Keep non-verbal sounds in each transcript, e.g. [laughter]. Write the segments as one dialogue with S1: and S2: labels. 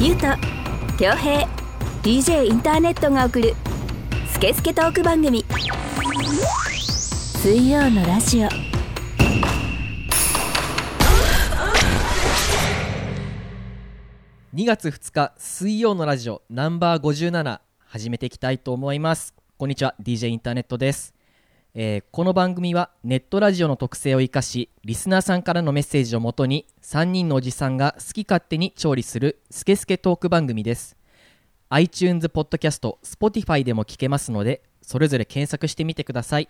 S1: ゆうと恭平 DJ インターネットが送る「スケスケトーク番組」水曜のラジオ
S2: 2月2日水曜のラジオナンバー57始めていきたいと思いますこんにちは DJ インターネットです、えーこの番組はネットラジオの特性を生かしリスナーさんからのメッセージをもとに3人のおじさんが好き勝手に調理するスケスケトーク番組です iTunes ポッドキャスト Spotify でも聞けますのでそれぞれ検索してみてください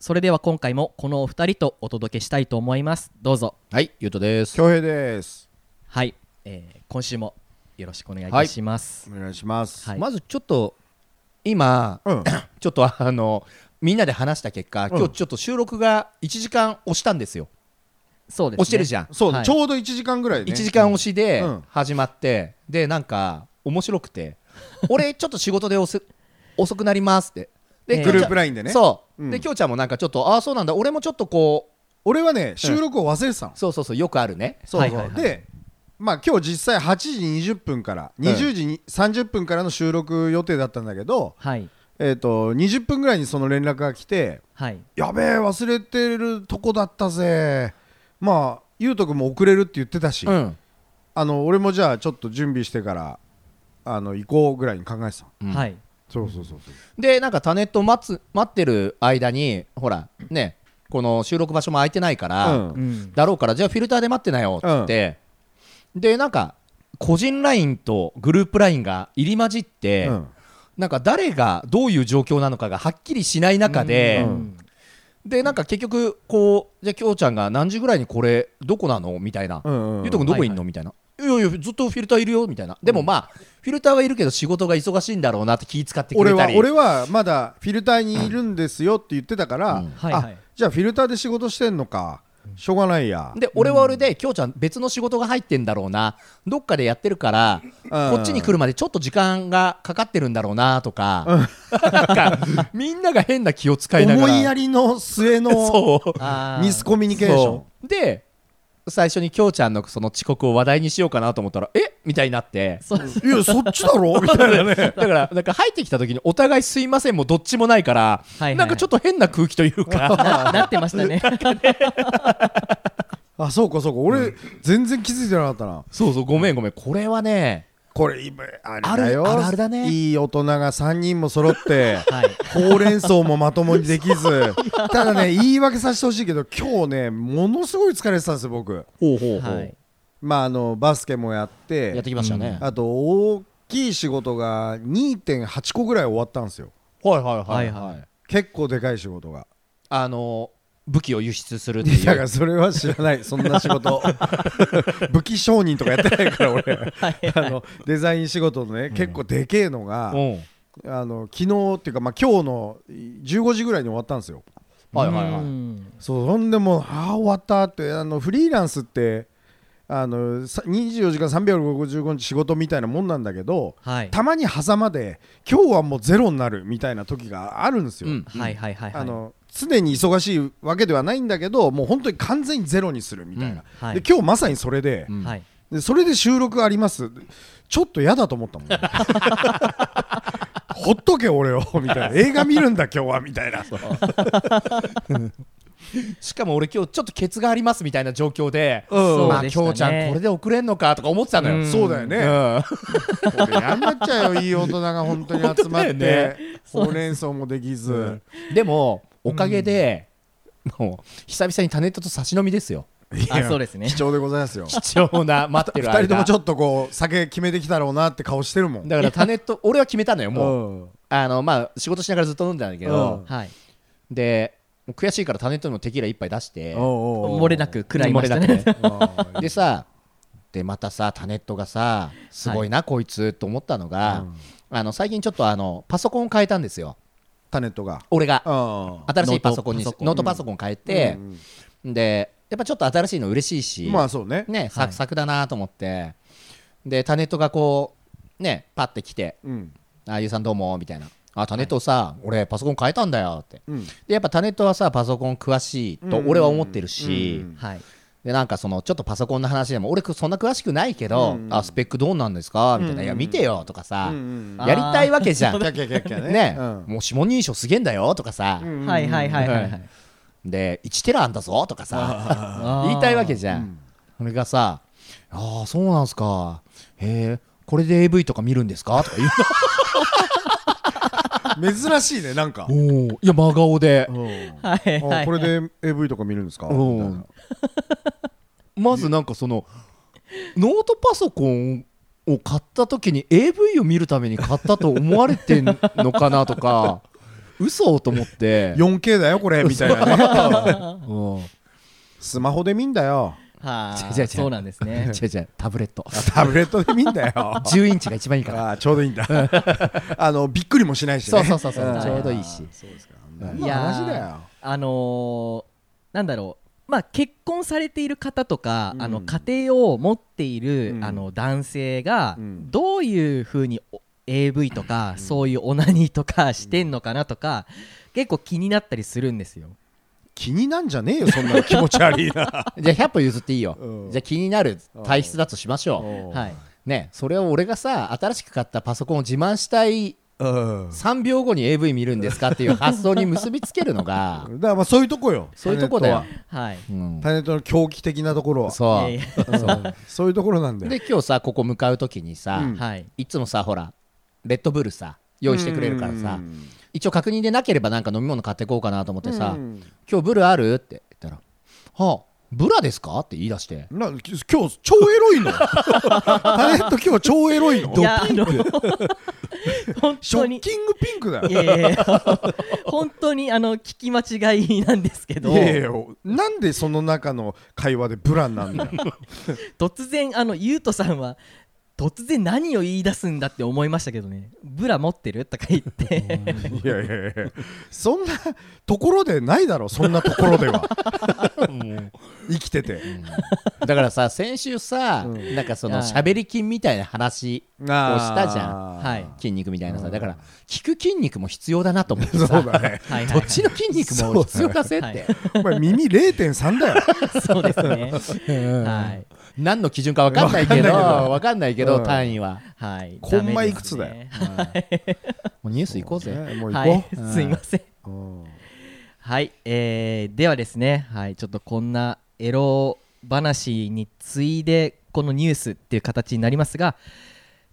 S2: それでは今回もこのお二人とお届けしたいと思いますどうぞ
S3: はい、ゆうとです。
S4: 恭平です
S2: はい、えー今週もよろしくお願いいたします、
S4: お願いします、
S2: はい
S3: まずちょっと今、
S4: うん
S3: ちょっとあのみんなで話した結果、
S4: うん
S3: 今日ちょっと収録が1時間押したんですよ。
S2: そうですね
S3: 押してるじゃん。
S4: そう、
S2: はい
S4: ちょうど1時間ぐらいね
S3: 1時間押しで
S4: うん
S3: 始まって、でなんか面白くて、 [laughs] 俺ちょっと仕事でおせ遅くなりますって。で
S2: えー
S3: きょうちゃん
S4: グループラインでね
S3: そう。
S4: うん
S3: できょうちゃんもなんかちょっとああそうなんだ。俺もちょっとこ
S4: 俺はね収録を忘れてたの、
S3: うそうそうそうよくあるね。
S4: そうそう、
S2: はいはいはい
S4: でまあ今日実際8時20分から
S3: ん
S4: 20時に、30分からの収録予定だったんだけど、
S2: はい
S4: えー、と20分ぐらいにその連絡が来て
S2: はい
S4: 「やべえ忘れてるとこだったぜ」まあゆうとくんも遅れるって言ってたし、
S3: うん。
S4: あの俺もじゃあちょっと準備してからあの行こうぐらいに考えてたの
S3: うん
S2: はい
S4: そうそうそうそう
S3: でなんかタネット待つ待ってる間にほらねこの収録場所も空いてないから、
S4: うん
S2: うん
S3: だろうからじゃあフィルターで待ってなよって言って、でなんか個人 LINE とグループ LINE が入り混じって、
S4: うん
S3: なんか誰がどういう状況なのかがはっきりしない中で、
S2: うん
S3: でなんか結局こうじゃあきょうちゃんが何時ぐらいにこれどこなのみたいな、
S4: うんうん
S3: ゆうとくんどこいん
S2: はい
S3: の、
S2: は
S3: みたいないやいやずっとフィルターいるよみたいなでもまあ、フィルターはいるけど仕事が忙しいんだろうなって気使ってく
S4: 俺
S3: れた
S4: は
S3: り
S4: 俺はまだフィルターにいるんですよって言ってたから、
S3: うん
S2: はいはい
S4: あじゃあフィルターで仕事してんのかしょうがないや
S3: で俺は俺で、きょうちゃん別の仕事が入ってんだろうなどっかでやってるから、
S4: うん
S3: こっちに来るまでちょっと時間がかかってるんだろうなとか,、なんかみんなが変な気を使いなが
S4: 思
S3: ら
S4: いやりの末の
S3: [laughs] そう
S2: あー
S4: ミスコミュニケーション
S3: そうで最初にきょうちゃんのその遅刻を話題にしようかなと思ったらえみたいになって
S2: そう
S4: いやそっちだ
S3: [laughs]
S4: ろみたいなね
S3: だからなんか入ってきた時にお互いすいませんもどっちもないから、
S2: はいはい
S3: なんかちょっと変な空気というか
S2: [laughs] ななってましたね
S4: あそうかそうか俺、全然気づいてなかったな
S3: そうそうごめんごめんこれはね
S4: これ今あれだよ
S3: あるあるあるだね
S4: いい大人が3人も
S3: [laughs]
S4: 揃って
S2: はい
S4: ほうれん草もまともにできずただね言い訳させてほしいけど今日ねものすごい疲れてたんですよ僕
S3: ほうほうほう、
S2: はい
S4: まああのバスケもやって
S3: やってきましたね、
S4: あと大きい仕事が2.8個ぐらい終わったんですよ
S3: はいはいはい、
S2: はい
S3: は
S2: はい
S4: 結構でかい仕事が
S3: あの武器を輸出するって
S4: いやだか
S3: い
S4: ら
S3: う。
S4: それは知らないそんな仕 [laughs] 事武器商人とかやってないから俺あのデザイン仕事のね結構でけえのが、
S3: うん、
S4: あの昨日っていうか、まあ、今日の15時ぐらいに終わったんですよ
S3: はいはいは
S2: う
S3: い。
S2: ん
S4: そうそんでもうああ終わったってあのフリーランスってあのさ24時間365日仕事みたいなもんなんだけど
S2: はい
S4: たまに狭間で今日はもうゼロになるみたいな時があるんですよ、
S3: うん
S2: はいはいはいはい
S4: あの常に忙しいわけではないんだけどもう本当に完全にゼロにするみたいな、
S2: うんはい
S4: で今日まさにそれで,、
S3: うん
S2: はい
S4: でそれで収録ありますちょっと嫌だと思った
S2: [laughs]
S4: もん [laughs] ほっとけ俺を
S2: [laughs]
S4: みたいな映画見るんだ今日はみたいな
S3: しかも俺今日ちょっとケツがありますみたいな状況で、
S2: うん
S3: ま
S2: そう
S3: あ
S2: でし
S3: き
S2: たね
S3: ょうちゃんこれで遅れんのかとか思ってたの
S2: うん
S3: よ。
S4: そうだよね、
S3: うん
S4: これやんなっちゃうよいい大人が本当に集まって、
S3: 本当だよね
S4: ほうれん草もできず、
S3: でもおかげで、もう久々にタネットと差し飲みですよ。
S4: いや
S2: あそうですね
S4: 貴重でございますよ
S3: 貴重な待ってる間。
S4: 二人ともち
S3: ょっ
S4: ょっとこう酒決めてきたろうなって顔してるもん
S3: だからタネット俺は決めたのよもう、
S4: も
S3: あのまあ仕事しながらずっと飲んでたんだけど、
S2: はい
S3: でもう悔しいからタネットにもテキーラ一杯出して。
S2: 漏れなく食らいました
S3: 漏れな
S2: ね
S3: くねでさでまたさタネットがさすごいな、こいつと思ったのが、あの最近ちょっとあのパソコンを変えたんですよ
S4: タネットが
S3: 俺が
S4: あ
S3: 新しいパソコンに
S2: ノートパソコン
S3: ノートパソコン変えて、でやっぱちょっと新しいの嬉しいし、
S4: まあそうね
S3: ね
S2: は
S3: サ
S2: い
S3: クサクだなと思って、でタネットがこうねパッて来て
S4: うん
S3: 「あゆうさんどうも」みたいな「あタネットさ、俺パソコン変えたんだよって
S4: うん
S3: でやっぱタネットはさパソコン詳しいと
S4: うん
S3: 俺は思ってるし、
S4: うん
S2: はい
S3: でなんかそのちょっとパソコンの話でも俺そんな詳しくないけど、
S4: うん
S3: あスペックどうなんですかみたいな、
S4: うん
S3: いや見てよとかさ、
S4: うん
S2: あ
S3: やりたいわけじゃん
S4: キャキャキャキャね
S3: ね、
S4: うん
S3: もう指紋認証すげえんだよとかさ、
S4: うん
S2: はいはいはいはいはい
S3: で1テラあんだぞとかさ
S2: あー
S3: 言いたいわけじゃん、それがさ「ああそうなんすかへえこれで AV とか見るんですか?」とか
S4: [laughs]
S3: 言う
S4: 珍しいねなんか
S3: [laughs] のおーいや真顔で
S2: はいはい
S4: あこれで AV とか見るんですかみ
S3: う
S4: たい
S3: ん
S4: な
S3: [laughs] まずなんかそのノートパソコンを買った時に AV を見るために買ったと思われてんのかなとか嘘と思って、
S4: 4K だよこれみたいなね
S3: うん、違
S4: スマホで見んだよ
S2: は
S3: 違う違う
S2: あそうなんですね
S3: う違うタブレット
S4: タブレットで見んだ
S3: [laughs]
S4: よ
S3: 10インチが一番いいから
S4: あーちょうどい
S3: [laughs]
S4: いんだあのびっくりもしないし
S3: そ
S4: ね
S3: うそうそうそう、
S4: ん
S3: ちょうどいいし。
S4: そうですか
S3: うん
S4: いや話だよ
S2: あのーなんだろうまあ結婚されている方とか、
S4: うん
S2: あの家庭を持っている、
S4: うん
S2: あの男性が、
S4: うん
S2: どういうふうにお AV とか、そういうオナニーとかしてんのかなとか、結構気になったりするんですよ。
S4: 気になんじゃねえよそんなの気持ち悪
S3: [laughs]
S4: いな
S3: じゃあ100歩譲っていいよ
S4: うん。
S3: じゃあ気になる体質だとしましょ
S2: はい、
S3: う。ね、それを俺がさ、新しく買ったパソコンを自慢したい
S4: うん
S3: 3秒後に AV 見るんですかっていう発想に結びつけるのが、
S4: だからまあそういうとこよ
S3: そういうとこだよ。
S2: はい
S3: うん
S4: タネットはタネットの狂気的なところはそ
S3: そ。
S2: いやいう
S4: うそういうところなんだよ
S3: で、今日さ、ここ向かうときにさ、
S4: うん
S2: やはい、
S3: いつもさ、ほら、レッドブルさ、用意してくれるからさ
S4: う、ん
S3: 一応確認でなければなんか飲み物買ってこうかなと思ってさ
S4: う、ん
S3: 今日ブルあるって言ったら、はあ、ブラですかって言い出して、
S4: な今日超エロい
S3: [laughs]
S4: のタネット今日超エロいの
S2: いやあの
S4: [laughs]
S2: 本
S4: ショ
S2: 当
S4: ッ
S2: に
S4: キングピンクだよ
S2: いやいやいや本当にあの聞き間違いなんですけど
S4: いやいやなんでその中の会話でブラにな
S3: [laughs]
S4: んだよ
S2: 突然あのゆうとさんは突然何を言い出すんだって思いましたけどねブラ持ってるとか言って
S4: いやいやいやそんなところでないだろそんなところでは生きてて、
S3: だからさ先週さ、
S4: うん
S3: なんかそ
S2: は
S3: の
S2: い
S3: 喋り筋みたいな話をしたじゃん
S4: あー
S2: [laughs] はい
S3: 筋肉みたいなさだから効く筋肉も必要だなと思って
S4: そう
S3: さ、[laughs]
S4: だね
S2: はいはい
S3: どっちの筋肉も必要だぜって、
S2: そうだね
S4: お前耳0.3だよ
S2: そうですねはい
S3: 何の基準か分かんないけど
S4: わかんないけど
S3: 分かんないけど単
S4: うん
S3: 位は
S2: はい
S4: コン
S2: ダメで
S4: マ
S2: すね
S4: いくつだよ
S3: もうニュース行こうぜ
S4: ねもう
S2: は
S4: 行
S2: い
S4: こ
S2: すいません
S4: う、うん
S2: はいえーではですねはいちょっとこんなエロ話に次いでこのニュースっていう形になりますが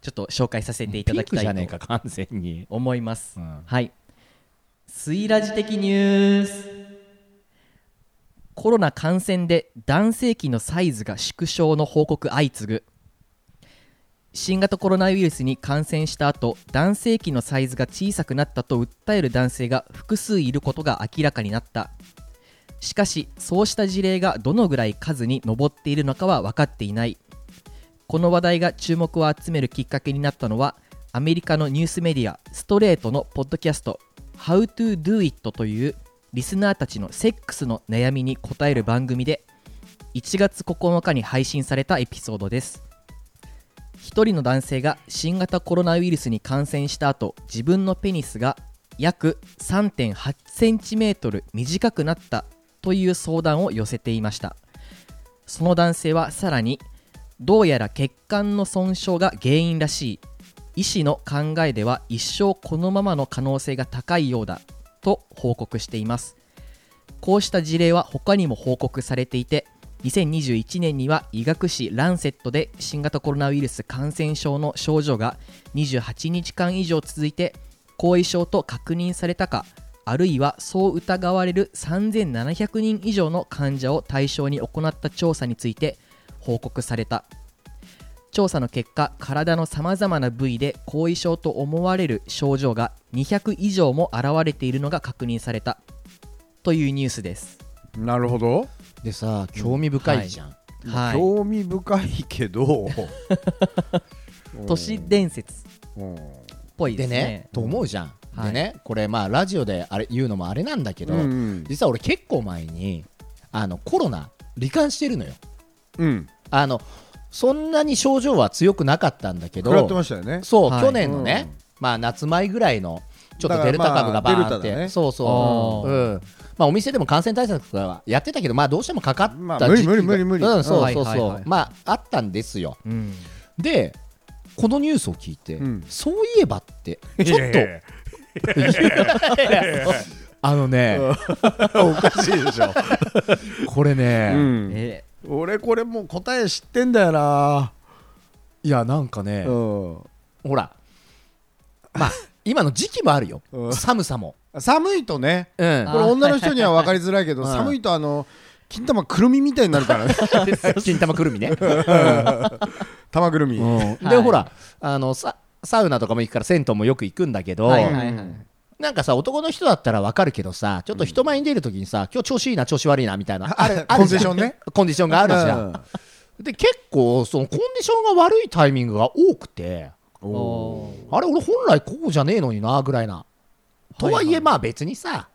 S2: ちょっと紹介させていた
S3: ピ
S2: だ
S3: ン
S2: き
S3: ク
S2: た
S3: じゃねえ
S2: い
S3: か
S2: と
S3: 完全に
S2: 思います
S3: うん
S2: はい。スイラジ的ニュース。コロナ感染で男性器のサイズが縮小の報告相次ぐ。新型コロナウイルスに感染した後男性器のサイズが小さくなったと訴える男性が複数いることが明らかになったしかしそうした事例がどのぐらい数に上っているのかは分かっていないこの話題が注目を集めるきっかけになったのはアメリカのニュースメディアストレートのポッドキャスト「How to Do It」というリスナーたちのセックスの悩みに答える番組で1月9日に配信されたエピソードです一人の男性が新型コロナウイルスに感染した後自分のペニスが約3.8センチメートル短くなったという相談を寄せていましたその男性はさらにどうやら血管の損傷が原因らしい医師の考えでは一生このままの可能性が高いようだと報告していますこうした事例は他にも報告されていて2021年には医学誌「ランセット」で新型コロナウイルス感染症の症状が28日間以上続いて後遺症と確認されたかあるいはそう疑われる3700人以上の患者を対象に行った調査について報告された調査の結果体のさまざまな部位で後遺症と思われる症状が200以上も現れているのが確認されたというニュースです。
S4: [laughs] なるほど、
S3: でさ興味深いじゃん、
S2: はい、
S4: 興味深いけど
S2: 都市伝説っ
S4: うん
S2: ぽいで
S3: ですね
S2: ね。
S3: と思うじゃん、
S2: はい
S3: でねこれまあラジオであれ言うのもあれなんだけど、
S4: うん
S3: 実は俺結構前にあのコロナ罹患してるのよ
S4: うん
S3: あのそんなに症状は強くなかったんだけ
S4: 食らって
S3: ど [laughs]
S4: ましたよね
S3: そう、
S2: はい
S3: 去年のね、
S4: うん
S3: まあ、夏前ぐらいのちょっとデルタ株がバ
S4: だからまあ
S3: ーっ
S4: デルタ
S3: て
S4: だね
S3: そうそううんまあお店でも感染対策とかはやってたけどまあどうしてもかかった時期
S4: ま
S3: が
S4: あ無理無理無理無理
S3: うんそうそう
S2: はいはい
S3: そ
S2: は
S3: う
S2: い
S3: まああったんですよ
S2: うん
S3: でこのニュースを聞いて
S4: うん
S3: そういえばってちょっと
S4: [laughs]
S3: あのね
S4: とおかしいでしょ、
S3: これ
S4: う
S3: ね
S4: ん、
S2: え
S4: 俺これもう答え知ってんだよない
S3: やなんかね
S4: う
S3: ほらまあ今の時期もあるよ
S4: うん
S3: 寒さも
S4: ん寒いとね
S3: うん
S4: これ女の人には分かりづらいけど
S3: うん
S4: 寒いとあの金玉くるみみたいになるから
S3: [laughs]
S4: ね [laughs]
S3: 金玉くるみね
S4: 玉くるみ、
S3: うんで、
S2: はい
S3: ほらあのササウナとかも行くから銭湯もよく行くんだけど、
S2: はいはいはい
S3: なんかさ男の人だったらわかるけどさちょっと人前に出るときにさ、今日調子いいな調子悪いなみたいなあるあ
S4: コ
S3: る
S4: ン
S3: じ
S4: セ
S3: ゃ
S4: ッ
S3: ん
S4: ションね
S3: [laughs] コンディションがあるじゃん、
S4: うん
S3: で結構そのコンディションが悪いタイミングが多くて
S2: おー
S3: あれ俺本来こうじゃねえのになぐらいなとはいえまあ別にさ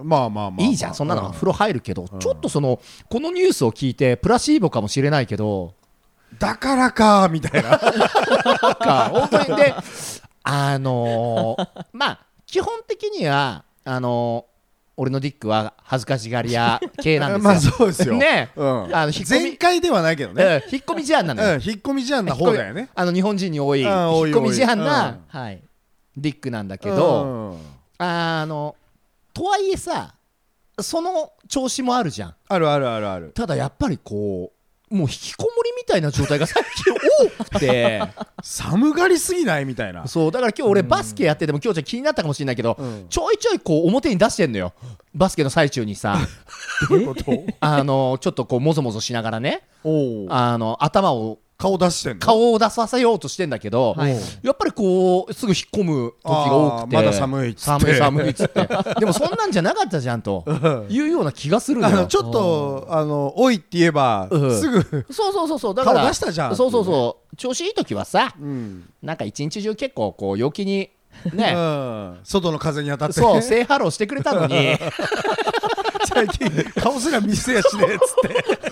S4: まあまあまあ、
S3: いいじゃんそんなの
S4: う
S3: 風呂入るけどちょっとそのこのニュースを聞いてプラシーボかもしれないけど
S4: だからかみた
S3: [laughs]
S4: いな
S3: か本当にであのーまあ基本的にはあのー俺のディックは恥ずかしがり屋系なんですよ
S4: [laughs] まあそうですよ
S3: ね
S4: うん
S3: あの引っ込み
S4: 全開ではないけどね、
S3: うん引っ込み思案な
S4: うん
S3: のよ、
S4: 引っ込み思案な方だよね
S3: あの日本人に多い引っ
S4: あー多い
S3: 込み思案
S4: 多い
S3: な
S2: はい
S3: ディックなんだけど、
S4: うん
S3: あのとはいえさその調子もあるじゃん
S4: あるあるあるある
S3: ただやっぱりこうもう引きこもりみたいな状態が最近多く
S4: [laughs]
S3: て
S4: 寒がりすぎないみたいな
S3: そうだから今日俺バスケやってても今日ちゃん気になったかもしれないけど、
S4: うん
S3: ちょいちょいこう表に出してんのよバスケの最中にさ
S4: [laughs] どういうこと
S3: あのちょっとこうもぞもぞしながらね
S4: おう
S3: あの頭を
S4: 顔出してんの
S3: 顔を出させようとしてんだけど、
S2: はい
S3: やっぱりこうすぐ引っ込む時が多くて
S4: あーまだ寒いっつっ
S3: 寒い
S4: て
S3: 寒いっつってでもそんなんじゃなかったじゃんというような気がするの
S4: あ
S3: よ
S4: のちょっとあの「おい」って言えば
S3: うん
S4: すぐ、
S3: そうそうそうそうだから
S4: 顔出したじゃん
S3: そうそうそう調子いい時はさ
S4: うん
S3: なんか一日中結構こう陽気にね
S4: うん外の風に当たってね、 [laughs]
S3: そう正ハローしてくれたのに
S4: 最近顔すら見せやしねえっつ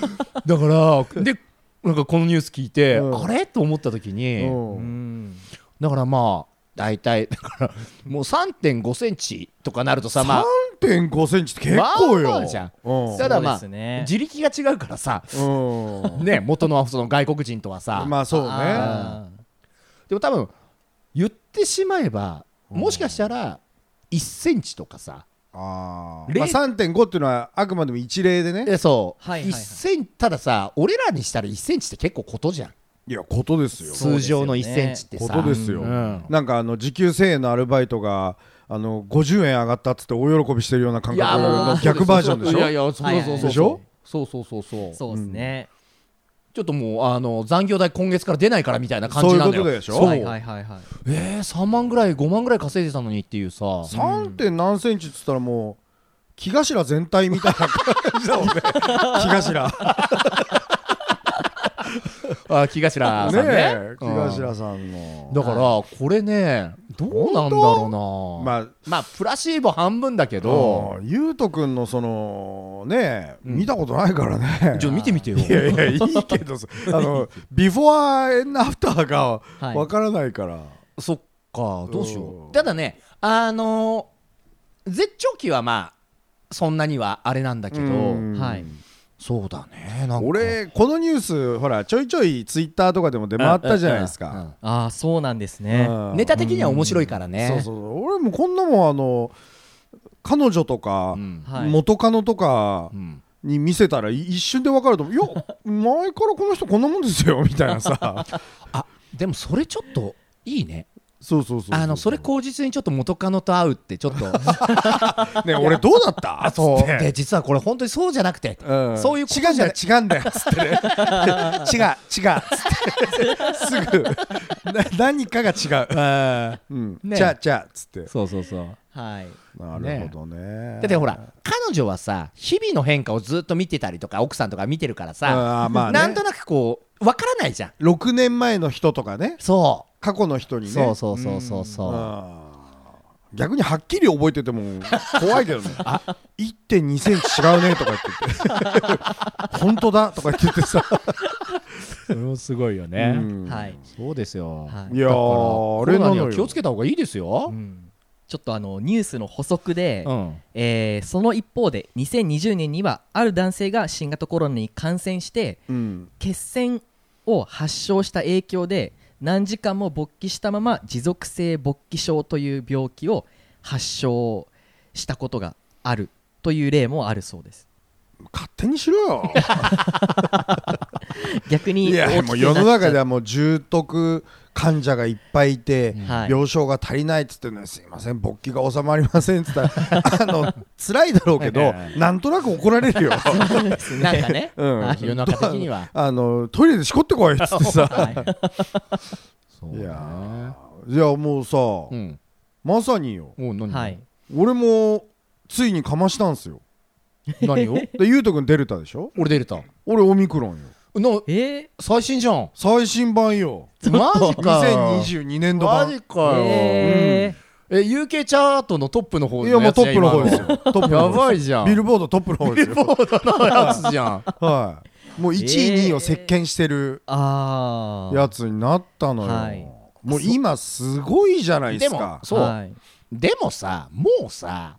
S4: っ
S3: だからでなんかこのニュース聞いて、
S4: うん
S3: あれと思った時
S4: て、
S3: に、
S2: うん
S3: だからまあ大体だからもう3 5センチとかなるとさまあ
S4: 3.5センチって結構よ、
S3: まあまあじゃん
S4: うん
S3: ただま
S2: そうです
S3: あ、
S2: ね
S3: 自力が違うからさ、
S4: う
S3: ね、元のその外国人とはさ、
S4: ん、まあそうね
S2: あ
S3: でも多分言ってしまえばもしかしたら1センチとかさ、
S4: あー
S3: れ
S4: まあ、3.5っていうのはあくまでも一例でね
S3: えそう、
S2: はいはいはい
S3: 1センたださ俺らにしたら1センチって結構ことじゃん
S4: いやことですよ
S2: そうで
S3: 通
S2: すよ
S3: 常
S2: ね
S3: の1センチってさ
S4: ことですよ、
S3: うん
S4: なんかあの時給1000円のアルバイトがあの50円上がったっつって大喜びしてるような感
S3: いや
S4: 覚
S3: もう
S4: の逆バージョンでし
S3: いや
S4: ょ
S3: いやそうそうそう
S4: でしょ
S3: そうそうそうそう
S2: ーそうですね
S3: ちょっともうあの残業代今月から出ないからみたいな感
S4: そう
S3: じ
S4: いう
S3: なんだ
S4: こ
S3: よ
S4: とでしょ、
S3: そう
S2: はいはいはいはい
S3: えー、3万ぐらい5万ぐらい稼いでたのにっていうさ
S4: 3. 点何センチっつったらもう木頭全体みたいな感じだも
S3: [laughs]
S4: んね木頭
S3: あ木頭さんね
S4: ねえ木
S3: うん
S4: 頭さんの
S3: だからこれねどうなんだろうな
S4: まあ
S3: まあプラシーボ半分だけ
S4: ど
S3: ど
S4: うゆうとくんのそのね見たことないからね
S3: ちょっと見てみてよ
S4: [laughs] いやいやいいけどさあのビフォーアフターが
S2: はい
S4: わからないから、
S3: そっかどうしよ
S4: うん
S3: うただねあのー絶頂期はまあそんなにはあれなんだけど
S4: うん
S2: はい
S3: そうだねなんか
S4: 俺このニュースほらちょいちょいツイッターとかでも出回ったじゃないです
S3: うん
S4: か、
S2: ああそうなんです
S4: うん
S2: ね
S3: ネタ的には面白いからね
S4: そうそう俺もこんなもんあの彼女とか、
S3: うん
S2: はい
S4: 元カノとか
S3: うん
S4: に見せたらい一瞬でわかると思ういや前からこの人こんなもんですよみたいなさ
S3: [laughs] でもそれちょっといいね
S4: そうそうそうう
S3: あのそれ口実にちょっと元カノと会うってちょっと
S4: ね [laughs] 俺どう
S3: [laughs]
S4: だった
S3: そ
S4: つっ
S3: う
S4: て
S3: で実はこれ本当にそうじゃなくて
S4: うん
S3: そういうことじゃない
S4: 違うんだよ違うんだよつって
S3: [laughs]
S4: ね違う違うつってすぐな何かが違う、うん
S3: ね
S4: じゃあじゃあつって
S3: そうそうそう
S2: はい
S4: なるほどね
S3: だってほら彼女はさ日々の変化をずっと見てたりとか奥さんとか見てるからさ
S4: あーまあね
S3: なんとなくこうわからないじゃん
S4: 6年前の人とかね
S3: そ
S4: 過去の人に
S3: う
S4: ね
S3: そうそうそうそうそう
S4: あー逆にはっきり覚えてても怖いけどね1.2センチ違うねとか言ってて本当だとか言っててさ、
S3: それもすごいよ
S4: うん
S2: はい
S3: そうですよ
S2: はい
S4: いや
S3: だから
S4: ーあれなの
S3: コロナに
S4: よ
S3: は気をつけた方がいいですよ
S2: うんちょっとあのニュースの補足で、
S5: うん
S2: えーその一方で2020年にはある男性が新型コロナに感染して
S4: うん
S2: 血栓を発症した影響で何時間も勃起したまま持続性勃起症という病気を発症したことがあるという例もあるそうです
S4: 勝手にしろよ
S2: 逆に
S4: いや
S2: 大き
S4: も
S2: くなっ
S4: う
S2: ちゃ
S4: 世
S2: う
S4: の中ではもう重篤患者がいっぱいいて、
S2: はい
S4: 病床が足りないっつってねすいません勃起が収まりませんっつったら [laughs] あの辛いだろうけどなんとなく怒られるよ、
S2: なんかね
S4: うん
S2: はい
S3: 世の中的には
S4: あのトイレでしこってこいっつってさ、
S3: そう
S4: い
S3: ね
S4: やーいやもうさ、
S3: うん
S4: まさによ
S3: おう何
S2: はい
S4: 俺もついにかましたんすよ
S3: 何
S4: [laughs]
S3: を
S4: でゆうとくんデルタでしょ
S3: 俺デルタ
S4: 俺オミクロンよ
S3: の
S2: えー
S3: 最新じゃん
S4: 最新版よ
S3: マジか
S4: 2022年度版
S3: マジかよ、
S2: え
S3: え UK チャートのトップの方
S4: いやもうトップの方ですよ
S3: よトップやばいじゃん
S4: ビルボードトップの方ですよ
S3: のやつじゃん
S4: はいもう1位、
S2: えー
S4: 2位を席巻してる
S2: ーああ
S4: やつになったのよ、
S2: はい
S4: もう今すごいじゃないですか
S3: そう、
S2: はい
S3: [laughs] でもさもうさ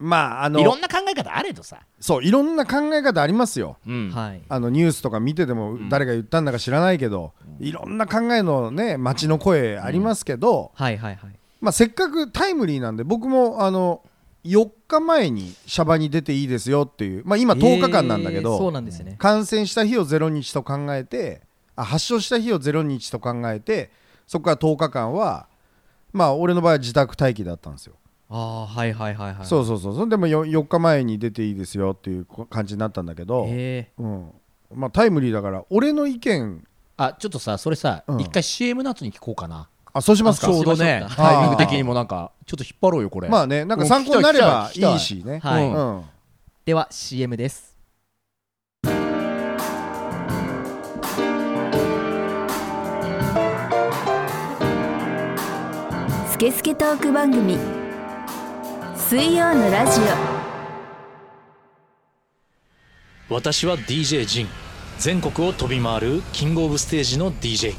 S4: まああの
S3: いろんな考え方あれどさ、
S4: そういろんな考え方ありますよ
S3: うん
S2: はい
S4: あのニュースとか見てても誰が言ったんだか知らないけど、いろんな考えのね街の声ありますけど、
S2: はいはいはい
S4: まあ、せっかくタイムリーなんで僕もあの4日前にシャバに出ていいですよっていう、まあ、今10日間なんだ
S2: え
S4: け
S2: ーそう
S4: ど、
S2: なんですね
S4: 感染した日を0日と考えてあ発症した日を0日と考えてそこから10日間はまあ俺の場合は自宅待機だったんですよ、
S2: ああーはいはいはいはい
S4: そうそうそうそれでも 4, 日前に出ていいですよっていう感じになったんだけど、
S2: え
S4: うんまあ、タイムリーだから俺の意見
S3: あちょっとさそれさ、
S4: うん
S3: 一回 CM の後に聞こうかな
S4: あそうしますか
S3: ちょうどね
S2: あ
S4: しましょうか
S3: タイミング的にもなんかちょっと引っ張ろうよこれ
S4: まあねなんか参考になれば
S3: 聞きた
S4: い
S3: 聞
S4: い
S3: き
S4: しね、
S2: ーはい、
S4: うん、
S2: では CM です
S1: スケスケトーク番組水曜のラジ
S6: 私は DJ ジン全国を飛び回るキングオブステージの DJ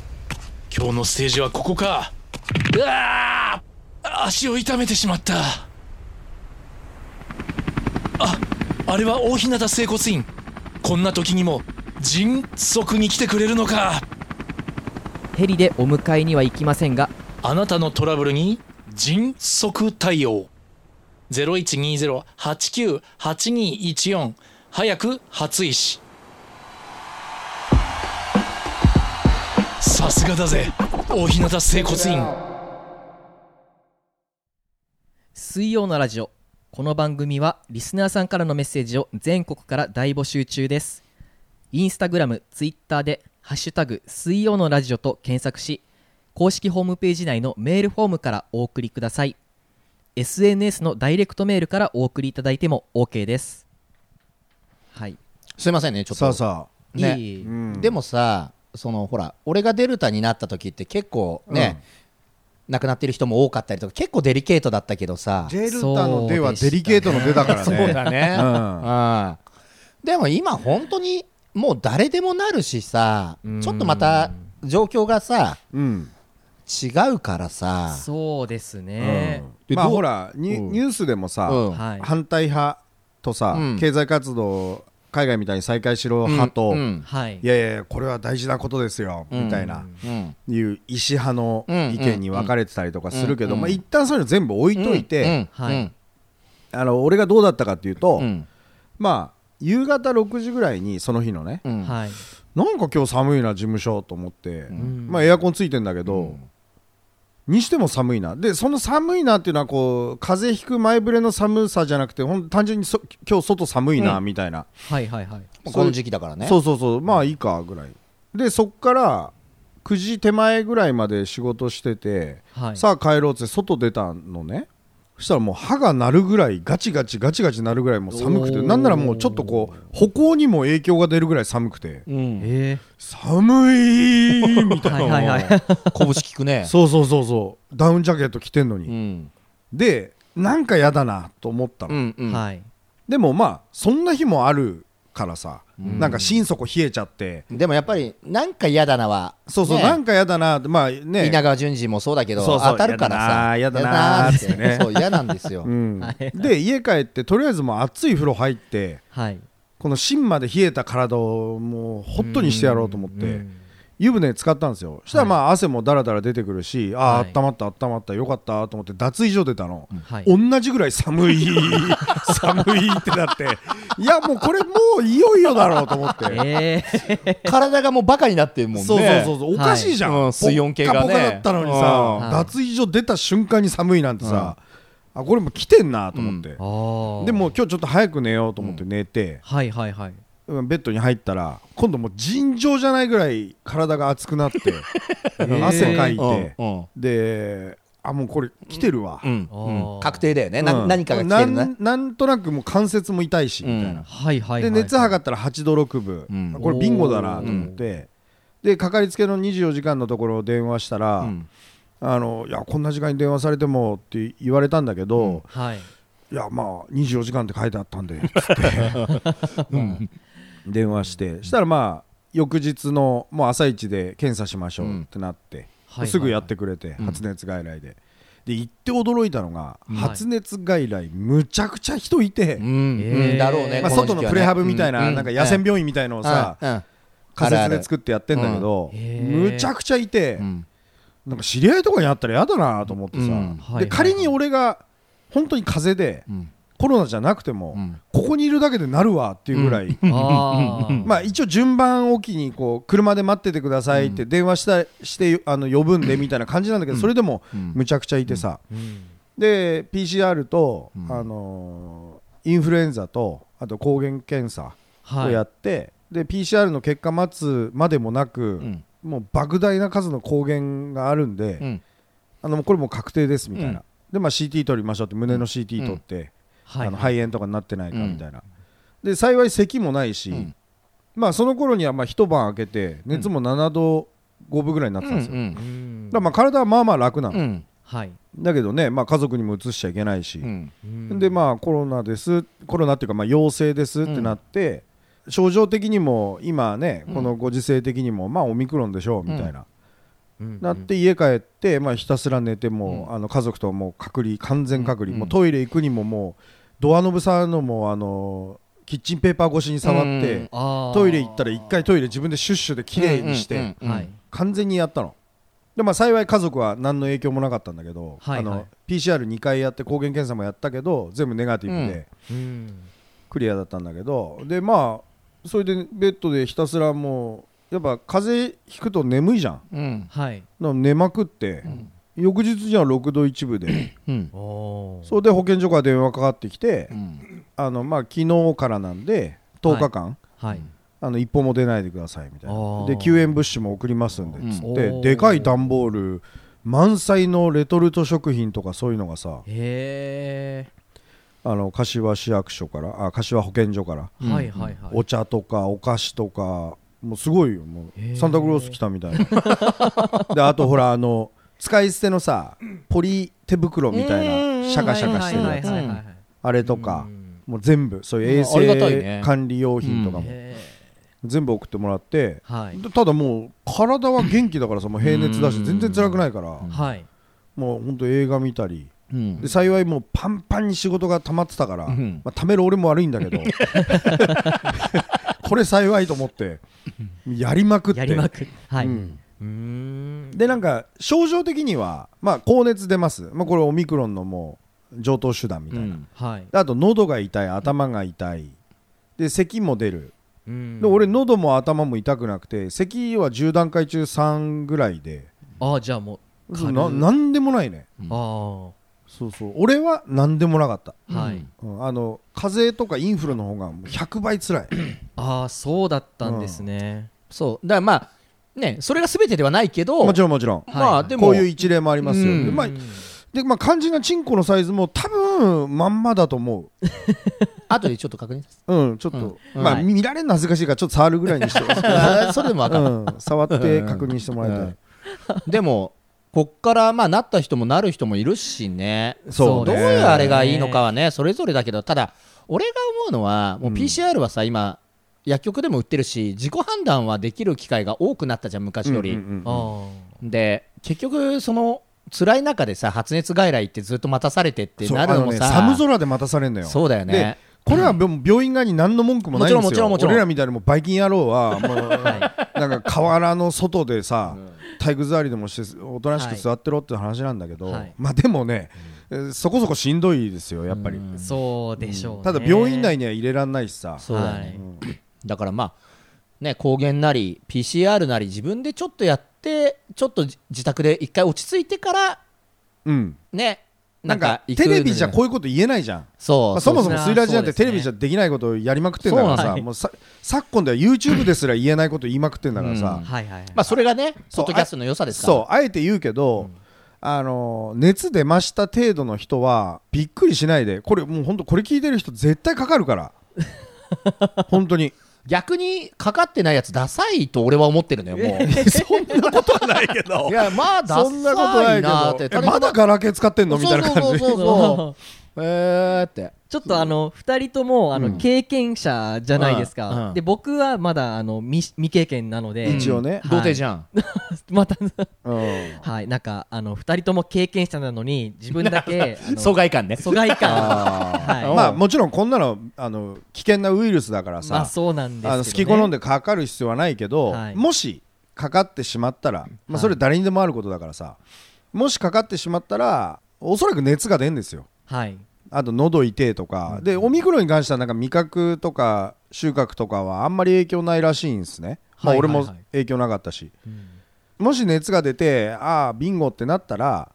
S6: 今日のステージはここかうわあ足を痛めてしまったああれは大日向整骨院こんな時にも迅速に来てくれるのか
S2: ヘリでお迎えには行きませんが
S6: あなたのトラブルに迅速対応0120-89-8214早く初石さすがだぜ大日向整骨院
S2: 水曜のラジオこの番組はリスナーさんからのメッセージを全国から大募集中ですインスタグラムツイッターで「ハッシュタグ水曜のラジオ」と検索し公式ホームページ内のメールフォームからお送りください SNS のダイレクトメールからお送りいただいても OK ですはい
S3: すいませんねちょっと
S4: さあさあ
S3: ね
S2: いい
S4: うん
S3: でもさそのほら俺がデルタになった時って結構ね、亡くなってる人も多かったりとか結構デリケートだったけどさ
S4: デルタの出はデリケートの出だから
S3: [laughs]
S4: ね。
S3: そうだね、
S4: うん
S3: うんでも今本当にもう誰でもなるしさ
S2: うん
S3: ちょっとまた状況がさ
S4: うん
S3: 違うからさ
S2: そうですね、
S3: で
S4: まあ
S3: どう
S4: ほらニ
S3: う
S4: ュ
S3: ん
S4: ニュースでもさ、
S3: うん
S2: はい
S4: 反対派とさ、
S3: うん
S4: 経済活動を海外みたいに再開しろ派と、
S3: うん
S2: はい
S4: いやいやいやこれは大事なことですよ、みたいな
S3: うん
S4: いう石派の意見に分かれてたりとかするけど、
S3: うん
S4: まあ、一旦そういうの全部置いといて、
S3: うん
S2: はい
S4: あの俺がどうだったかっていうと、
S3: うん
S4: まあ夕方6時ぐらいにその日のね、
S3: うん
S2: はい
S4: なんか今日寒いな事務所と思って、
S2: ん
S4: まあエアコンついてんだけど、にしても寒いなでその寒いなっていうのはこう風邪ひく前触れの寒さじゃなくてほん単純にそ今日外寒いなみたいな、
S2: はいはいはい
S3: まあこの時期だからね
S4: そうそうそうまあいいかぐらいでそっから9時手前ぐらいまで仕事してて、
S2: はい
S4: さあ帰ろうっつって外出たのねそしたらもう歯が鳴るぐらいガチガチガチガチ鳴るぐらいもう寒くて
S2: おー
S4: なんならもうちょっとこう歩行にも影響が出るぐらい寒くて
S3: うん
S2: え
S4: 寒いみたいなのを
S2: はいはいはい
S3: 拳効くね
S4: [laughs] そうそうそうそうダウンジャケット着てんのに、
S3: うん
S4: でなんかやだなと思った
S3: う
S4: の、
S3: んうん
S2: はい
S4: でもまあそんな日もあるからさ、なんか心底冷えちゃって、
S3: でもやっぱりなんか嫌だなは
S4: そうそう、
S3: ね
S4: なんかやだなってまあね
S3: 稲川淳二もそうだけど
S4: そうそう
S3: 当たるからさ
S4: 嫌だなー嫌だなーってね
S3: 嫌だなーそう嫌なんですよ、
S4: うん
S2: はい
S4: で家帰ってとりあえずもう熱い風呂入って
S2: はい
S4: この芯まで冷えた体をもうホットにしてやろうと思って湯船使ったんですよしたらまあ汗もだらだら出てくるし、あ
S2: はい
S4: あ温まった温まったよかったと思って脱衣所出たの、
S2: はい
S4: 同じぐらい寒い寒いってなっていやもうこれもういよいよだろうと思って、
S2: えー
S3: 体がもうバカになってるもんね
S4: そうそうそうそうおかしいじゃん、
S3: はいうん水温計がね
S4: ポッカポカだったのにさ、
S2: うん
S4: 脱衣所出た瞬間に寒いなんてさ、あこれもう来てんなと思って、
S2: [laughs] あー
S4: でもう今日ちょっと早く寝ようと思って寝て、
S2: はいはいはい
S4: うんベッドに入ったら今度もう尋常じゃないぐらい体が熱く
S3: [laughs]
S4: なって
S2: ー
S4: 汗かい
S3: うん
S4: て、
S3: うん
S4: であもうこれ来てるわ、
S3: う
S4: うん
S3: ん
S2: あー
S3: 確定だよね、な何かが来てる
S4: な
S3: ね
S4: んなんとなくもう関節も痛いし、みたいな
S2: はいはいは
S4: で
S2: い
S4: 熱測
S2: が
S4: ったら8度6分、
S3: うん
S4: これビンゴだなと思って、でかかりつけの24時間のところを電話したら、
S3: うん
S4: あのいやこんな時間に電話されてもって言われたんだけど、
S2: はい
S4: いやまあ24時間って書いてあったんでつって電話してしたらまあ翌日のもう朝一で検査しましょうってなって、
S2: はい
S4: すぐやってくれて、発熱外来で、で行って驚いたのが、
S2: ん
S4: 発熱外来むちゃくちゃ人いて、
S3: うん
S2: えー
S3: うんだろうね、
S4: まあ、
S3: こ時期は
S4: 外
S3: ね
S4: のプレハブみたいな,、
S3: う
S4: なんか野戦病院みたいのをさ、
S3: うんうん
S4: 仮設
S3: あるあ
S4: で
S3: る
S4: 作ってやってんだけど、
S2: うんへー
S4: むちゃくちゃいて、
S3: ん
S4: なんか知り合いとかにあったら嫌だなと思ってさ、
S3: うん
S2: はいはいはい
S4: で仮に俺が本当に風邪で、
S3: ん
S4: コロナじゃなくても、
S3: ん
S4: ここにいるだけでなるわっていうぐらい、
S2: あー
S4: まあ、一応順番おきにこう車で待っててくださいって電話したしてあの呼ぶんでみたいな感じなんだけど、それでもむちゃくちゃいてさ、
S2: うん
S4: で PCR と、あのーインフルエンザとあと抗原検査
S2: は
S4: を
S2: い
S4: やって、で PCR の結果待つまでもなく、
S3: ん
S4: もう莫大な数の抗原があるんで、
S3: ん
S4: あのもうこれもう確定ですみたいな、で、まあ、CT 取りましょうって胸の CT 取って、
S2: はい
S4: あの肺炎とかになってないかみたいな、で幸い咳もないし、まあ、その頃にはまあ一晩明けて熱も7度5分ぐらいになってたんですよ、
S3: うん
S2: うん
S4: だからまあ体はまあまあ楽なの、
S3: うん
S2: はい
S4: だけどね、まあ、家族にも移しちゃいけないし、
S3: うん
S2: うん
S4: でまあコロナですコロナっていうかまあ陽性ですってなって、症状的にも今ねこのご時世的にもまあオミクロンでしょうみたいな、
S2: うん
S4: なって家帰って、まあ、ひたすら寝てもう、あの家族ともう隔離完全隔離、もうトイレ行くにももうドアノブ触るのもあのキッチンペーパー越しに触って、
S3: うん
S2: あー
S4: トイレ行ったら一回トイレ自分でシュッシュで綺麗にして、
S3: うんうん
S2: はい
S4: 完全にやったのでまあ幸い家族は何の影響もなかったんだけど、
S2: はいはい
S4: あの PCR2 回やって抗原検査もやったけど全部ネガティブで、
S2: うん
S4: クリアだったんだけどでまあそれでベッドでひたすらもうやっぱ風邪ひくと眠いじゃん
S3: うん
S2: はい
S4: だから寝まくって、翌日には6度1分で
S3: うん
S2: おー
S4: [clears throat] それで保健所から電話かかってきて、
S3: うん
S4: あのまあ昨日からなんで10日間、
S2: はい
S4: あの一歩も出ないでくださいみたい
S2: あ
S4: な
S2: ー
S4: で救援物資も送りますんでっつって、
S2: うん
S4: でかい段ボール満載のレトルト食品とかそういうのがさ
S2: へ
S4: あの柏市役所からあ柏保健所から、
S2: えはいはいはい
S4: お茶とかお菓子とかもうすごいよも
S2: へー
S4: うサンタクロース来たみたいな [laughs] であとほらあの使い捨てのさポリ手袋みたいなシャカシャカしてる
S2: はいは
S4: や
S2: い
S4: つ
S2: はいはいはい
S4: あれとか
S2: うん
S4: もう全部そういう衛
S3: うんありがたい
S4: 生
S3: ね
S4: 管理用品とかも
S2: へ
S4: 全部送ってもらって
S2: ーはい
S4: でただもう体は元気だからさもう平熱だし全然辛くないから
S2: はい
S4: もうほんと映画見たり
S3: うん
S4: で幸いもうパンパンに仕事が溜まってたから、
S3: ん
S4: まあ、溜める俺も悪いんだ
S2: [laughs]
S4: けどこれ幸いと思ってやりまくって
S2: やりまくはいううんーん
S4: でなんか症状的には、まあ、高熱出ます、まあ、これオミクロンのもう上等手段みたいな、
S2: はい
S4: であと喉が痛い頭が痛いで咳も出る
S2: うん
S4: で俺喉も頭も痛くなくて咳は10段階中3ぐらいで
S2: ああじゃあもう軽い
S4: ななんでもないね
S2: あ
S4: そうそう俺はなんでもなかった、
S2: あはい
S4: うんあの風邪とかインフルの方がもう100倍辛い
S2: ああそうだったんですね
S3: そうだからまあね [clears throat] それが全てではないけど
S4: もちろんもちろん
S3: まあでも
S4: こういう一例もありますよ、
S3: うん
S4: でまあでまあ、肝心なチンコのサイズも多分まんまだと思
S3: 後でちょっと確認させて
S4: ううんちょっと、まあ、
S2: はい
S4: 見られるの恥ずかしいからちょっと触るぐらいにして、
S3: あー [laughs] それでも分か
S4: う
S3: る、
S4: ん、触って確認してもらいたい、
S3: うんでもこっからまあなった人もなる人もいるしね
S2: そう
S3: ど
S2: ね
S3: ういうあれがいいのかはねそれぞれだけどただ俺が思うのはもう
S4: うん
S3: PCR はさ今薬局でも売ってるし自己判断はできる機会が多くなったじゃん昔より、
S4: うんうんうん
S2: あ
S3: で結局その辛い中でさ発熱外来ってずっと待たされてって
S4: そう
S3: なるのもさ
S4: あね寒空で待たされんのよ
S3: そうだよ
S4: で
S3: ね
S4: これはもう病院側に何の文句もないんですよ
S3: もちろんもちろんもちろん
S4: 俺らみたいにもうバイキン野郎はもうなんか河原の外でさ体育座りでもしておとなしく座ってろって話なんだけど、
S2: はい
S4: まあでもね、えーそこそこしんどいですよやっぱり、
S2: ーそうでしょうね、
S4: ただ病院内には入れられないしさ
S3: そうだよね、
S2: は
S3: だからまあね抗原なり PCR なり自分でちょっとやってちょっとじ自宅で一回落ち着いてから
S4: うん
S3: ね
S4: なんか
S3: 行く
S4: テレビじゃ
S3: の
S4: こういうこと言えないじゃん
S3: そう、
S4: まあそもそも
S2: そう
S4: スイラジなん
S2: そうで
S4: て
S2: すね
S4: テレビじゃできないことをやりまくってんだから
S3: そう
S4: さ
S3: なんだ
S4: もうさ昨今では YouTube ですら言えないこと言いまくってんだからさ、
S3: うん
S2: はいはいはい、
S3: まあそれがねポ
S4: そう
S3: ッドキャストの良さですから
S4: そうあえて言うけど、あの熱出ました程度の人はびっくりしないでこれもう本当これ聞いてる人絶対かかるから本当に
S3: 逆にかかってないやつダサいと俺は思ってるのよもう
S4: そんなことはないけ
S3: [laughs]
S4: ど
S3: いやまあダ
S4: そんなこと
S3: サ
S4: ないいけ
S3: なー
S4: ど
S3: って
S4: えまだガラケー使ってんのみたいな感じ
S3: そうそうそうそうえーって
S2: ちょっとあの2人ともあ
S4: う
S2: の
S4: ん
S2: 経験者じゃないです
S3: うんう
S2: か
S3: ん
S2: で僕はまだあの未未経験なので
S4: 一応ね
S3: 童貞じゃん、
S2: また
S4: うん
S2: はいなんかあの2人とも経験者なのに自分だ
S4: [laughs]
S2: けあの
S3: [laughs] 疎外感ね
S2: 疎外感はい
S4: まあもちろんこんなのあの危険なウイルスだから
S2: まあ
S4: さ
S2: そうなんですけど
S4: あ
S2: ね
S4: の好き好んでかかる必要はないけど、
S2: はい
S4: もしかかってしまったら、まあ、それ誰にでもあることだからさ、もしかかってしまったらおそらく熱が出るんですよ
S2: はい
S4: あと喉痛えとか、でオミクロンに関してはなんか味覚とか収穫とかはあんまり影響ないらしいんですね、ま
S2: は
S4: あ、
S2: いは
S4: 俺
S2: いはい
S4: も影響なかったし、もし熱が出てああビンゴってなったら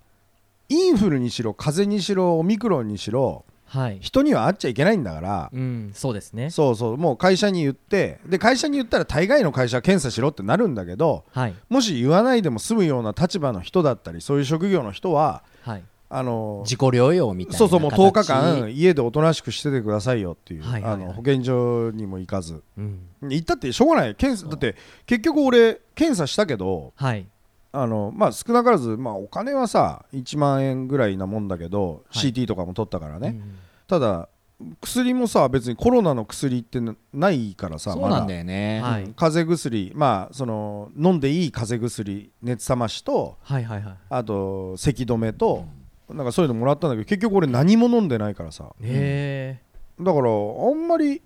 S4: インフルにしろ風邪にしろオミクロンにしろ
S2: はい
S4: 人には会っちゃいけないんだから、
S2: うんそうですね
S4: そうそうもう会社に言ってで会社に言ったら大概の会社は検査しろってなるんだけど
S2: はい
S4: もし言わないでも済むような立場の人だったりそういう職業の人は
S2: はい
S4: あの
S3: 自己療養みたいな
S4: そうそうもう10日
S3: 形
S4: 間家でおとなしくしててくださいよっていう、
S2: はいはいはい
S4: あの保健所にも行かず
S2: うん
S4: 行ったってしょうがない検査だって結局俺検査したけど
S2: はい
S4: あの、まあ、少なからず、まあ、お金はさ1万円ぐらいなもんだけど、
S2: はい
S4: CT とかも取ったからね、
S2: うん
S4: ただ薬もさ別にコロナの薬ってなないからさ
S3: そうなんだ
S4: よ
S3: よね、
S2: はい
S4: 風邪薬まあその飲んでいい風邪薬熱冷ましと
S2: はいはいはい
S4: あと咳止めと、なんかそういうのもらったんだけど結局俺何も飲んでないからさ
S2: へ
S4: だからあんまり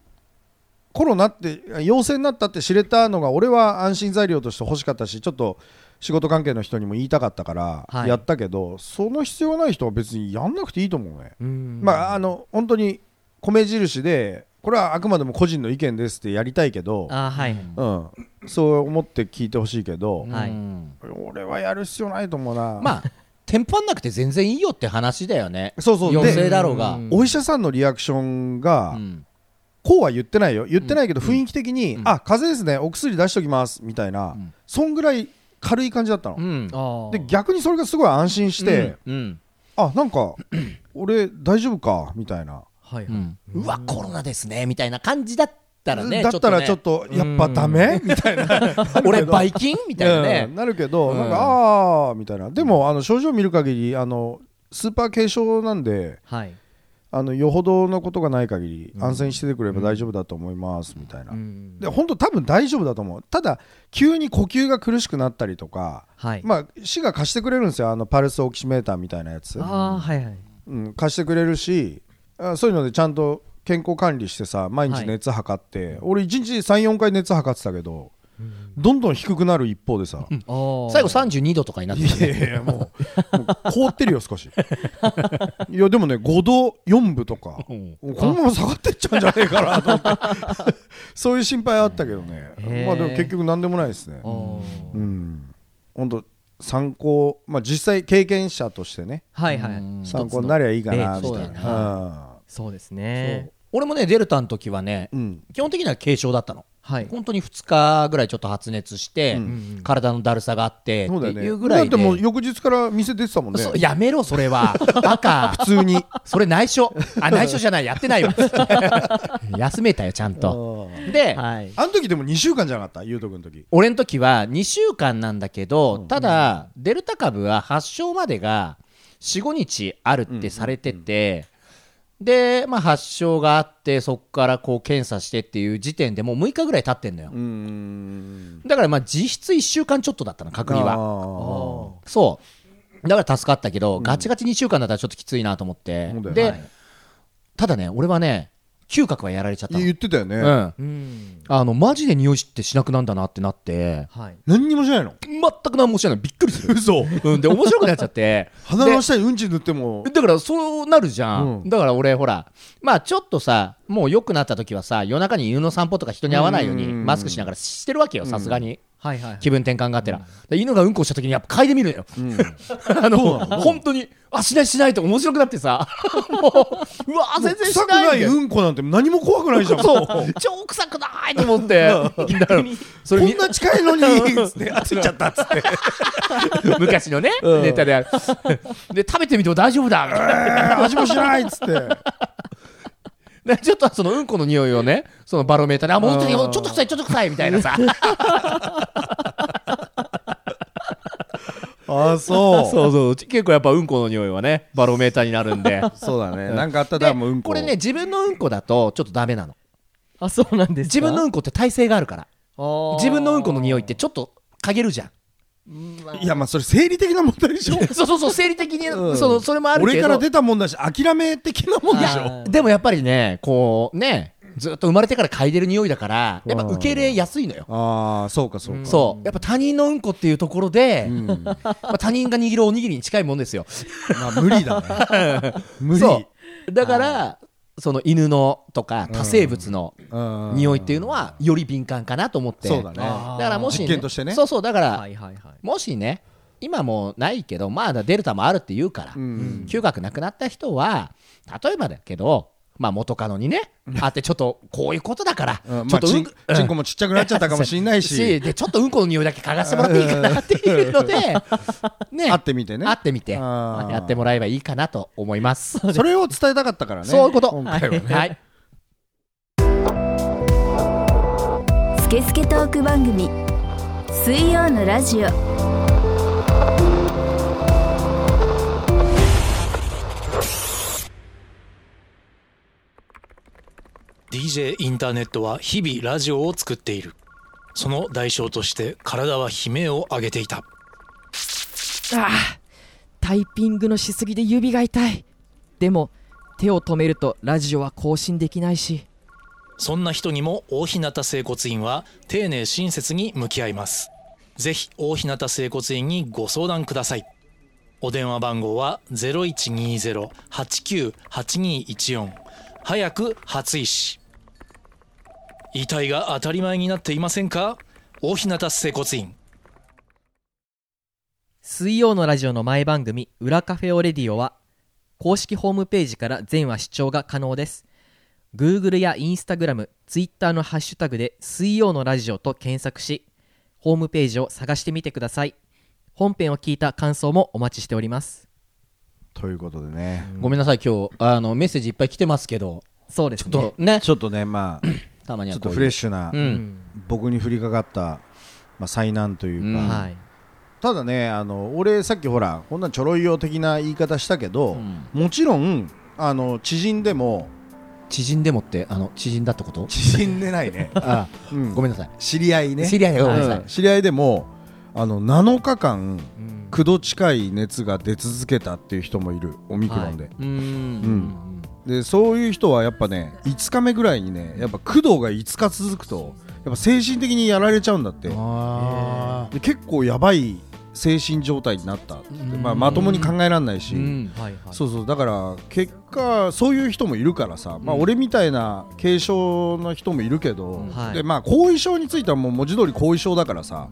S4: コロナって陽性になったって知れたのが俺は安心材料として欲しかったしちょっと仕事関係の人にも言いたかったから
S2: はい
S4: やったけど、その必要ない人は別にやんなくていいと思うね、
S2: えうん
S4: まああの本当に米印でこれはあくまでも個人の意見ですってやりたいけど、
S2: あはい
S4: うん、そう思って聞いてほしいけど
S3: うん、
S2: はい
S4: 俺はやる必要ないと思うな
S3: まあテンパんなくて全然いいよって話だよね
S4: そうそう
S3: 陽性
S4: で
S3: だろうが
S2: うん
S4: お医者さんのリアクションが、
S3: うん
S4: こうは言ってないよ言ってないけど雰囲気的に、
S3: ん
S4: あ風邪ですねお薬出しときますみたいな、
S3: うん
S4: そんぐらい軽い感じだったの、
S3: うん
S2: あ
S4: で逆にそれがすごい安心して、
S3: うん
S4: あな
S3: [clears throat]
S4: んか俺大丈夫かみたい
S2: は
S4: な、
S2: いは
S3: う
S2: い
S3: んうわコロナですねみたいな感じだったらね
S4: だったらちょっ
S3: と
S4: とやっぱダメみたいな
S3: ね俺バイキンみたいな
S4: う
S3: ね
S4: んなるけど、
S3: うん
S4: なんかああみたいなでもあの症状見る限りあのスーパー軽症なんで
S2: はい
S4: あのよほどのことがない限り安静にしててくれば大丈夫だと思います、みたいな、
S2: うん
S4: で本当多分大丈夫だと思うただ急に呼吸が苦しくなったりとか、
S2: はい
S4: まあ市が貸してくれるんですよあのパルスオキシメーターみたいなやつ、
S2: あーはいはい
S4: うん、貸してくれるしあそういうのでちゃんと健康管理してさ毎
S2: はい
S4: 日熱測って、俺1日34回熱測ってたけど、どんどん低くなる一方でさ、
S2: 最後
S3: 最後32度とかになっ
S4: [laughs] い
S3: てた
S4: やいやいやもうもう凍ってるよ少し [laughs] いやでもね5度4分とかこ
S3: ん
S4: のまま下がってっちゃうんじゃねえかなと思って [laughs] そういう心配あったけどね
S2: へえ
S4: まあでも結局何でもないですね
S2: は
S4: うん本当参考まあ実際経験者としてね
S2: いは
S3: うん
S2: い
S4: 参考になりゃいいかな
S2: 一つ
S4: み
S2: の
S4: たい
S2: 例
S4: な
S2: そうです
S3: そう
S2: ね
S3: 俺もねデルタの時はね
S4: うんうん
S3: 基本的には軽症だったの
S2: はい
S3: 本当に2日ぐらいちょっと発熱して、
S2: ん
S3: 体のだるさがあって
S4: そうだ
S3: っ
S4: よ
S3: て
S4: ね
S3: いうぐらい
S4: だ
S3: で、
S4: ってもう翌日から店出てたもんね
S3: そうやめろそれ
S4: [laughs]
S3: はバカ
S4: 普通に [laughs]
S3: それ内緒あ内緒じゃないやってないわ [laughs] 休めたよちゃんとで、
S2: はい
S4: あの時でも2週間じゃなかったゆうとくんの時
S3: 俺の時は2週間なんだけど、ただ、デルタ株は発症までが45日あるってされてて、で、まあ、発症があってそこからこう検査してっていう時点でもう6日ぐらい経ってんのよ、
S4: うん
S3: だからまあ実質1週間ちょっとだったの隔離は
S4: は
S3: そうだから助かったけど、ガチガチ2週間だったらちょっときついなと思って
S4: そうだよね
S3: で、
S4: はい
S3: ただね俺はね嗅覚はやられちゃったの
S4: 言ってたよね、
S3: うん
S2: うん
S3: あのマジで匂いってしなくなんだなってなって
S2: はい
S4: 何にもしないの
S3: 全く何もしてないびっくりする、
S4: 嘘
S3: うん、で面白くなっちゃ
S4: [laughs]
S3: って
S4: 鼻の下にうんち塗っても
S3: だからそうなるじゃん、
S4: うん
S3: だから俺ほらまあちょっとさもう良くなった時はさ夜中に犬の散歩とか人に会わないように
S4: うん
S3: マスクしながらしてるわけよさすがに
S2: はいはい
S3: 気分転換がてら、で犬がうんこした時にやっぱ嗅いでみるのよ、 [laughs] あの本当にあしないしないって面白くなってさ [laughs] もううわー全然し
S4: 臭く
S3: ないみ
S4: ない
S3: たいな
S4: うんこなんて何も怖くないじゃん
S3: そう超臭くないと思って [laughs] だからそれ
S4: こ
S3: み
S4: んな近いのにつってついちゃったっつって
S3: [laughs] 昔のね、ネタである [laughs] で食べてみても大丈夫だみたいな
S4: 味もしないっつって
S3: でちょっとそのうんこの匂いをね、そのバロメーターで、あ、もうちょ
S4: あー
S3: っと臭い、ちょっと臭いみたいなさ、
S4: ああそ
S3: [laughs]
S4: う
S3: そうそう、結構やっぱうんこの匂いはね、バロメーターになるんで。
S4: そうだねなんかあった
S3: で
S4: らもううんこ
S3: これね、自分のうんこだとちょっとダメなの。
S2: あそうなんですか
S3: 自分のうんこって耐性があるから、
S2: の
S3: 自分のうんこの匂いってちょっと嗅げる [laughs] じゃん。
S4: いやまあそれ生理的な問題でしょ
S3: そうそうそう、生理的に、
S4: うん
S3: そのそれもあるけど。
S4: 俺から出たもんだし諦め的なもんでしょ
S2: あー
S3: でもやっぱりね、こうね、ずっと生まれてから嗅いでる匂いだから、やっぱ受け入れやすいのよ。
S4: ああそうかそうか
S3: そうやっぱ他人のうんこっていうところで、
S4: うんま
S3: まあ、他人が握るおにぎりに近いもんですよ。
S4: あ無理だね無理
S3: そうだからその犬のとか多生物の
S4: うん
S3: 匂いっていうのはより敏感かなと思って
S4: そうだね
S3: だからもし、
S4: 実験としてね
S3: そうそうだから、
S2: はいはいはい
S3: もしね今もうないけどまだデルタもあるって言うから、
S4: うん
S3: 嗅覚なくなった人は例えばだけどまあ元カノにねあってちょっとこういうことだから、
S4: うん
S3: ちょっ
S4: まあ
S3: と
S4: ち
S3: うん
S4: んちんこもちっちゃくなっちゃったかもしれな
S3: [laughs]
S4: いし
S3: でちょっとうんこの匂いだけ嗅がせてもらっていいかなっていうので、ね
S4: 会ってみてね
S3: 会ってみて
S4: あー
S3: やってもらえばいいかなと思います。
S4: それを伝えたかったからね
S3: そういうこと。
S4: 今回はね
S3: はい
S1: スケスケトーク番組水曜のラジオ
S6: う DJ インターネットは日々ラジオを作っているその代償として体は悲鳴を上げていた
S7: ああタイピングのしすぎで指が痛いでも手を止めるとラジオは更新できないし
S6: そんな人にも大日向整骨院は丁寧親切に向き合います。ぜひ大日向整骨院にご相談ください。お電話番号は0120-89-8214早く初医師。遺体が当たり前になっていませんか大日向整骨院。
S2: 水曜のラジオの前番組「裏カフェオレディオ」は公式ホームページから全話視聴が可能です Google や InstagramTwitter のハッシュタグで「水曜のラジオ」と検索しホームページを探してみてください本編を聞いた感想もお待ちしております
S4: ということでね
S3: ごめんなさい、今日あのメッセージいっぱい来てますけど、
S2: そうです
S3: ちょ
S2: ね
S3: っとね、
S4: ちょっとねまあ
S3: たまに
S4: ちょ
S3: は
S4: っと
S3: こういう
S4: フレッシュな、
S3: うん、
S4: 僕に降りかかった、まあ、災難というか、
S3: うん
S2: はい
S4: ただねあの俺さっきほらこんなちょろいよ的な言い方したけど、
S3: うん
S4: もちろんあの知人でも
S3: 縮んでもって、あの縮んだってこと、
S4: 知人でないね
S3: あ
S4: [laughs] うん
S3: ごめんなさい、
S4: 知り合いね
S3: 知り合いでごめんなさい
S4: うん知り合いでもあの7日間
S2: うん
S4: 9度近い熱が出続けたっていう人もいるオミクロンで、
S3: うーん、
S4: うんでそういう人はやっぱね5日目ぐらいにねやっぱ9度が5日続くとやっぱ精神的にやられちゃうんだって
S3: あ
S4: で結構やばい精神状態になったって、
S3: うん
S4: まあ、まともに考えられないし、
S3: ーうん、
S2: はいはい
S4: そうそうだから結果そういう人もいるからさ、まあ、
S3: うん
S4: 俺みたいな軽症の人もいるけど、
S2: はい
S4: でまあ、後遺症についてはもう文字通り後遺症だからさ、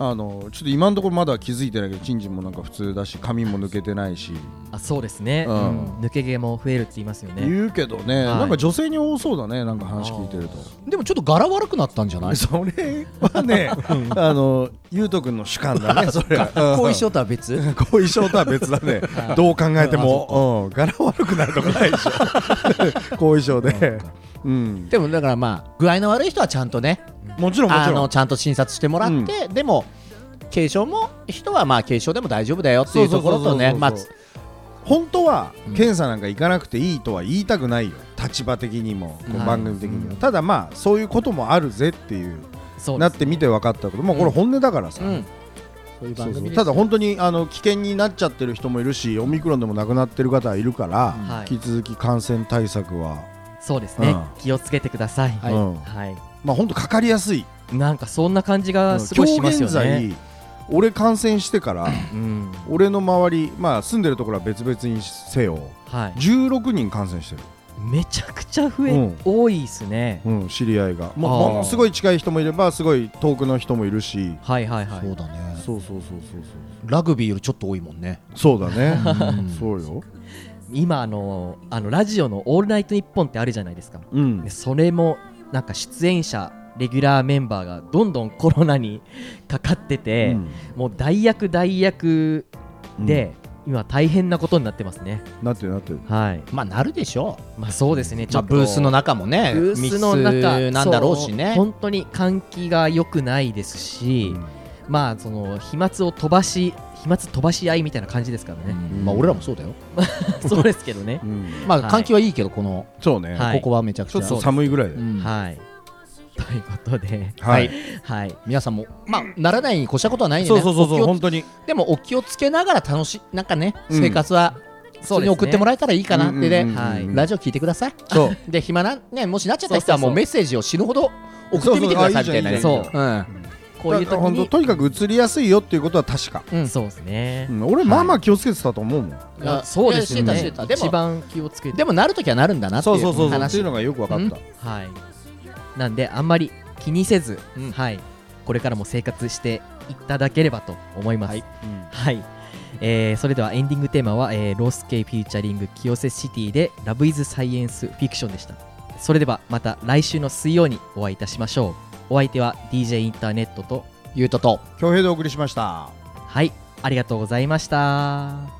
S4: あのちょっと今のところまだ気づいてないけどチンチンもなんか普通だし髪も抜けてないし、
S2: あそうですね、
S4: うん
S2: 抜け毛も増えるって言いますよね
S4: 言うけどね、
S2: はい
S4: なんか女性に多そうだねなんか話聞いてると。
S3: でもちょっと柄悪くなったんじゃない
S4: そ [laughs] れ
S2: [laughs]
S4: はね、あの、ゆうとくんの主観だね、それは。
S3: 後遺症とは別
S4: [laughs] 後遺 [laughs] 症とは別だねどう考えても、うん、柄悪くなるとかないでし [laughs] ょ後遺症で、うん、
S3: でもだからまあ、具合の悪い人はちゃんとね、
S4: もちろんも
S3: あ
S4: ちろ
S3: の
S4: ん
S3: ちゃんと診察してもらって、でも、軽症も人はまあ軽症でも大丈夫だよっていうところとね、
S4: そうそうそうそう
S3: まあ、
S4: 本当は検査なんか行かなくていいとは言いたくないよ立場的にもこう
S2: はい
S4: 番組的にも、ただまあそういうこともあるぜっていう
S2: そう
S4: な
S2: で
S4: ってみて分かったこともうこれ本音だからさ、
S2: うん
S3: そういう
S4: そ
S3: 番
S4: うそう
S3: 組
S4: ただ本当にあの危険になっちゃってる人もいるしオミクロンでも亡くなってる方はいるから、
S2: はい
S4: 引き続き感染対策は、
S2: そうですね、
S4: うん
S2: 気をつけてください、は
S4: は
S2: いい
S4: うんまあ本当かかりやすい
S2: なんかそんな感じがすご
S4: 今
S2: いし
S4: 日
S2: ますよ
S4: 現
S2: ね、
S4: 在俺感染し
S2: [clears throat]
S4: てから
S2: うん
S4: 俺の周り、まあ、住んでるところは別々にせよ
S2: はい、
S4: 16人感染してる、
S2: めちゃくちゃ増え、
S4: うん
S2: 多いですね
S4: うん、知り合いがもう
S2: あー
S4: ものすごい近い人もいればすごい遠くの人もいるし
S2: はいはいはい
S3: そうだね
S4: そうそうそうそう
S3: ラグビーよりちょっと多いもんね
S4: そうそうだね
S2: [laughs]
S3: うん
S4: そうよ、
S2: 今あのあのラジオの「オールナイトニッポン」ってあるじゃないですか
S4: うん
S2: で、それもなんか出演者レギュラーメンバーがどんどんコロナにかかってて、もう代役代役
S4: うん
S2: で、今大変なことになってますね
S4: なってるなってる
S2: はい
S3: まあなるでしょ
S2: まあそうですね
S3: う、
S2: ち
S3: ま
S2: ょ
S3: あ、
S2: っと、
S3: ブースの中もね
S2: ブースの中
S3: 密なんだろうしね
S2: そう本当に換気が良くないですし、まあその飛沫を飛ばし飛沫飛ばし合いみたいな感じですからね、
S3: うんまあ俺らもそうだよ
S2: [laughs] そうですけどね
S4: うん
S3: まあ
S2: はい
S3: 換気はいいけどこの、
S4: そうね、
S2: はい
S3: ここはめちゃくち
S4: ちょ
S3: ゃ
S4: っと寒いぐらいで、
S3: うん
S2: はいということで
S3: は
S4: はいい、
S2: はい
S3: 皆さんもまあならないに越したことはないんで
S4: そう
S3: ね
S4: そうそう
S3: お
S4: そ
S3: 気
S4: う
S3: を
S4: 本当に
S3: でもお気をつけながら楽しなんかね
S4: うん
S3: 生活は普通に送ってもらえたらいいかなって
S4: う
S3: で
S4: んうんうん
S2: はい
S3: ラジオ聞いてください
S4: そう
S3: で暇なねもしなっちゃった人はも
S2: そうそうそう
S3: うメッセージを死ぬほど送ってみてくださいみたいなね
S2: そうそう
S3: うん
S2: [laughs] こういう時
S4: だから本当
S2: に
S4: とにかく移りやすいよっていうことは確か、
S3: うん
S2: そうですね
S4: う、ん、俺まあまあ気をつけてたと思うもん、
S3: いや
S2: そうですよ
S3: いや
S2: ね
S3: してたしてた
S2: 一
S3: でも
S2: 番気をつけて
S3: でもなるときはなるんだなって
S4: そう
S3: い
S4: そううそうそうってい
S3: 話
S4: うのがよく分かった、
S2: はいなんであんまり気にせず、
S3: うん
S2: はいこれからも生活していただければと思いますはい、えーそれではエンディングテーマは、えーロースケフィーチャリング清瀬シティで「ラブイズサイエンスフィクションでしたそれではまた来週の水曜にお会いいたしましょうお相手は DJ インターネットと
S3: ゆうとと
S4: 恭平でお送りしました
S2: はいありがとうございました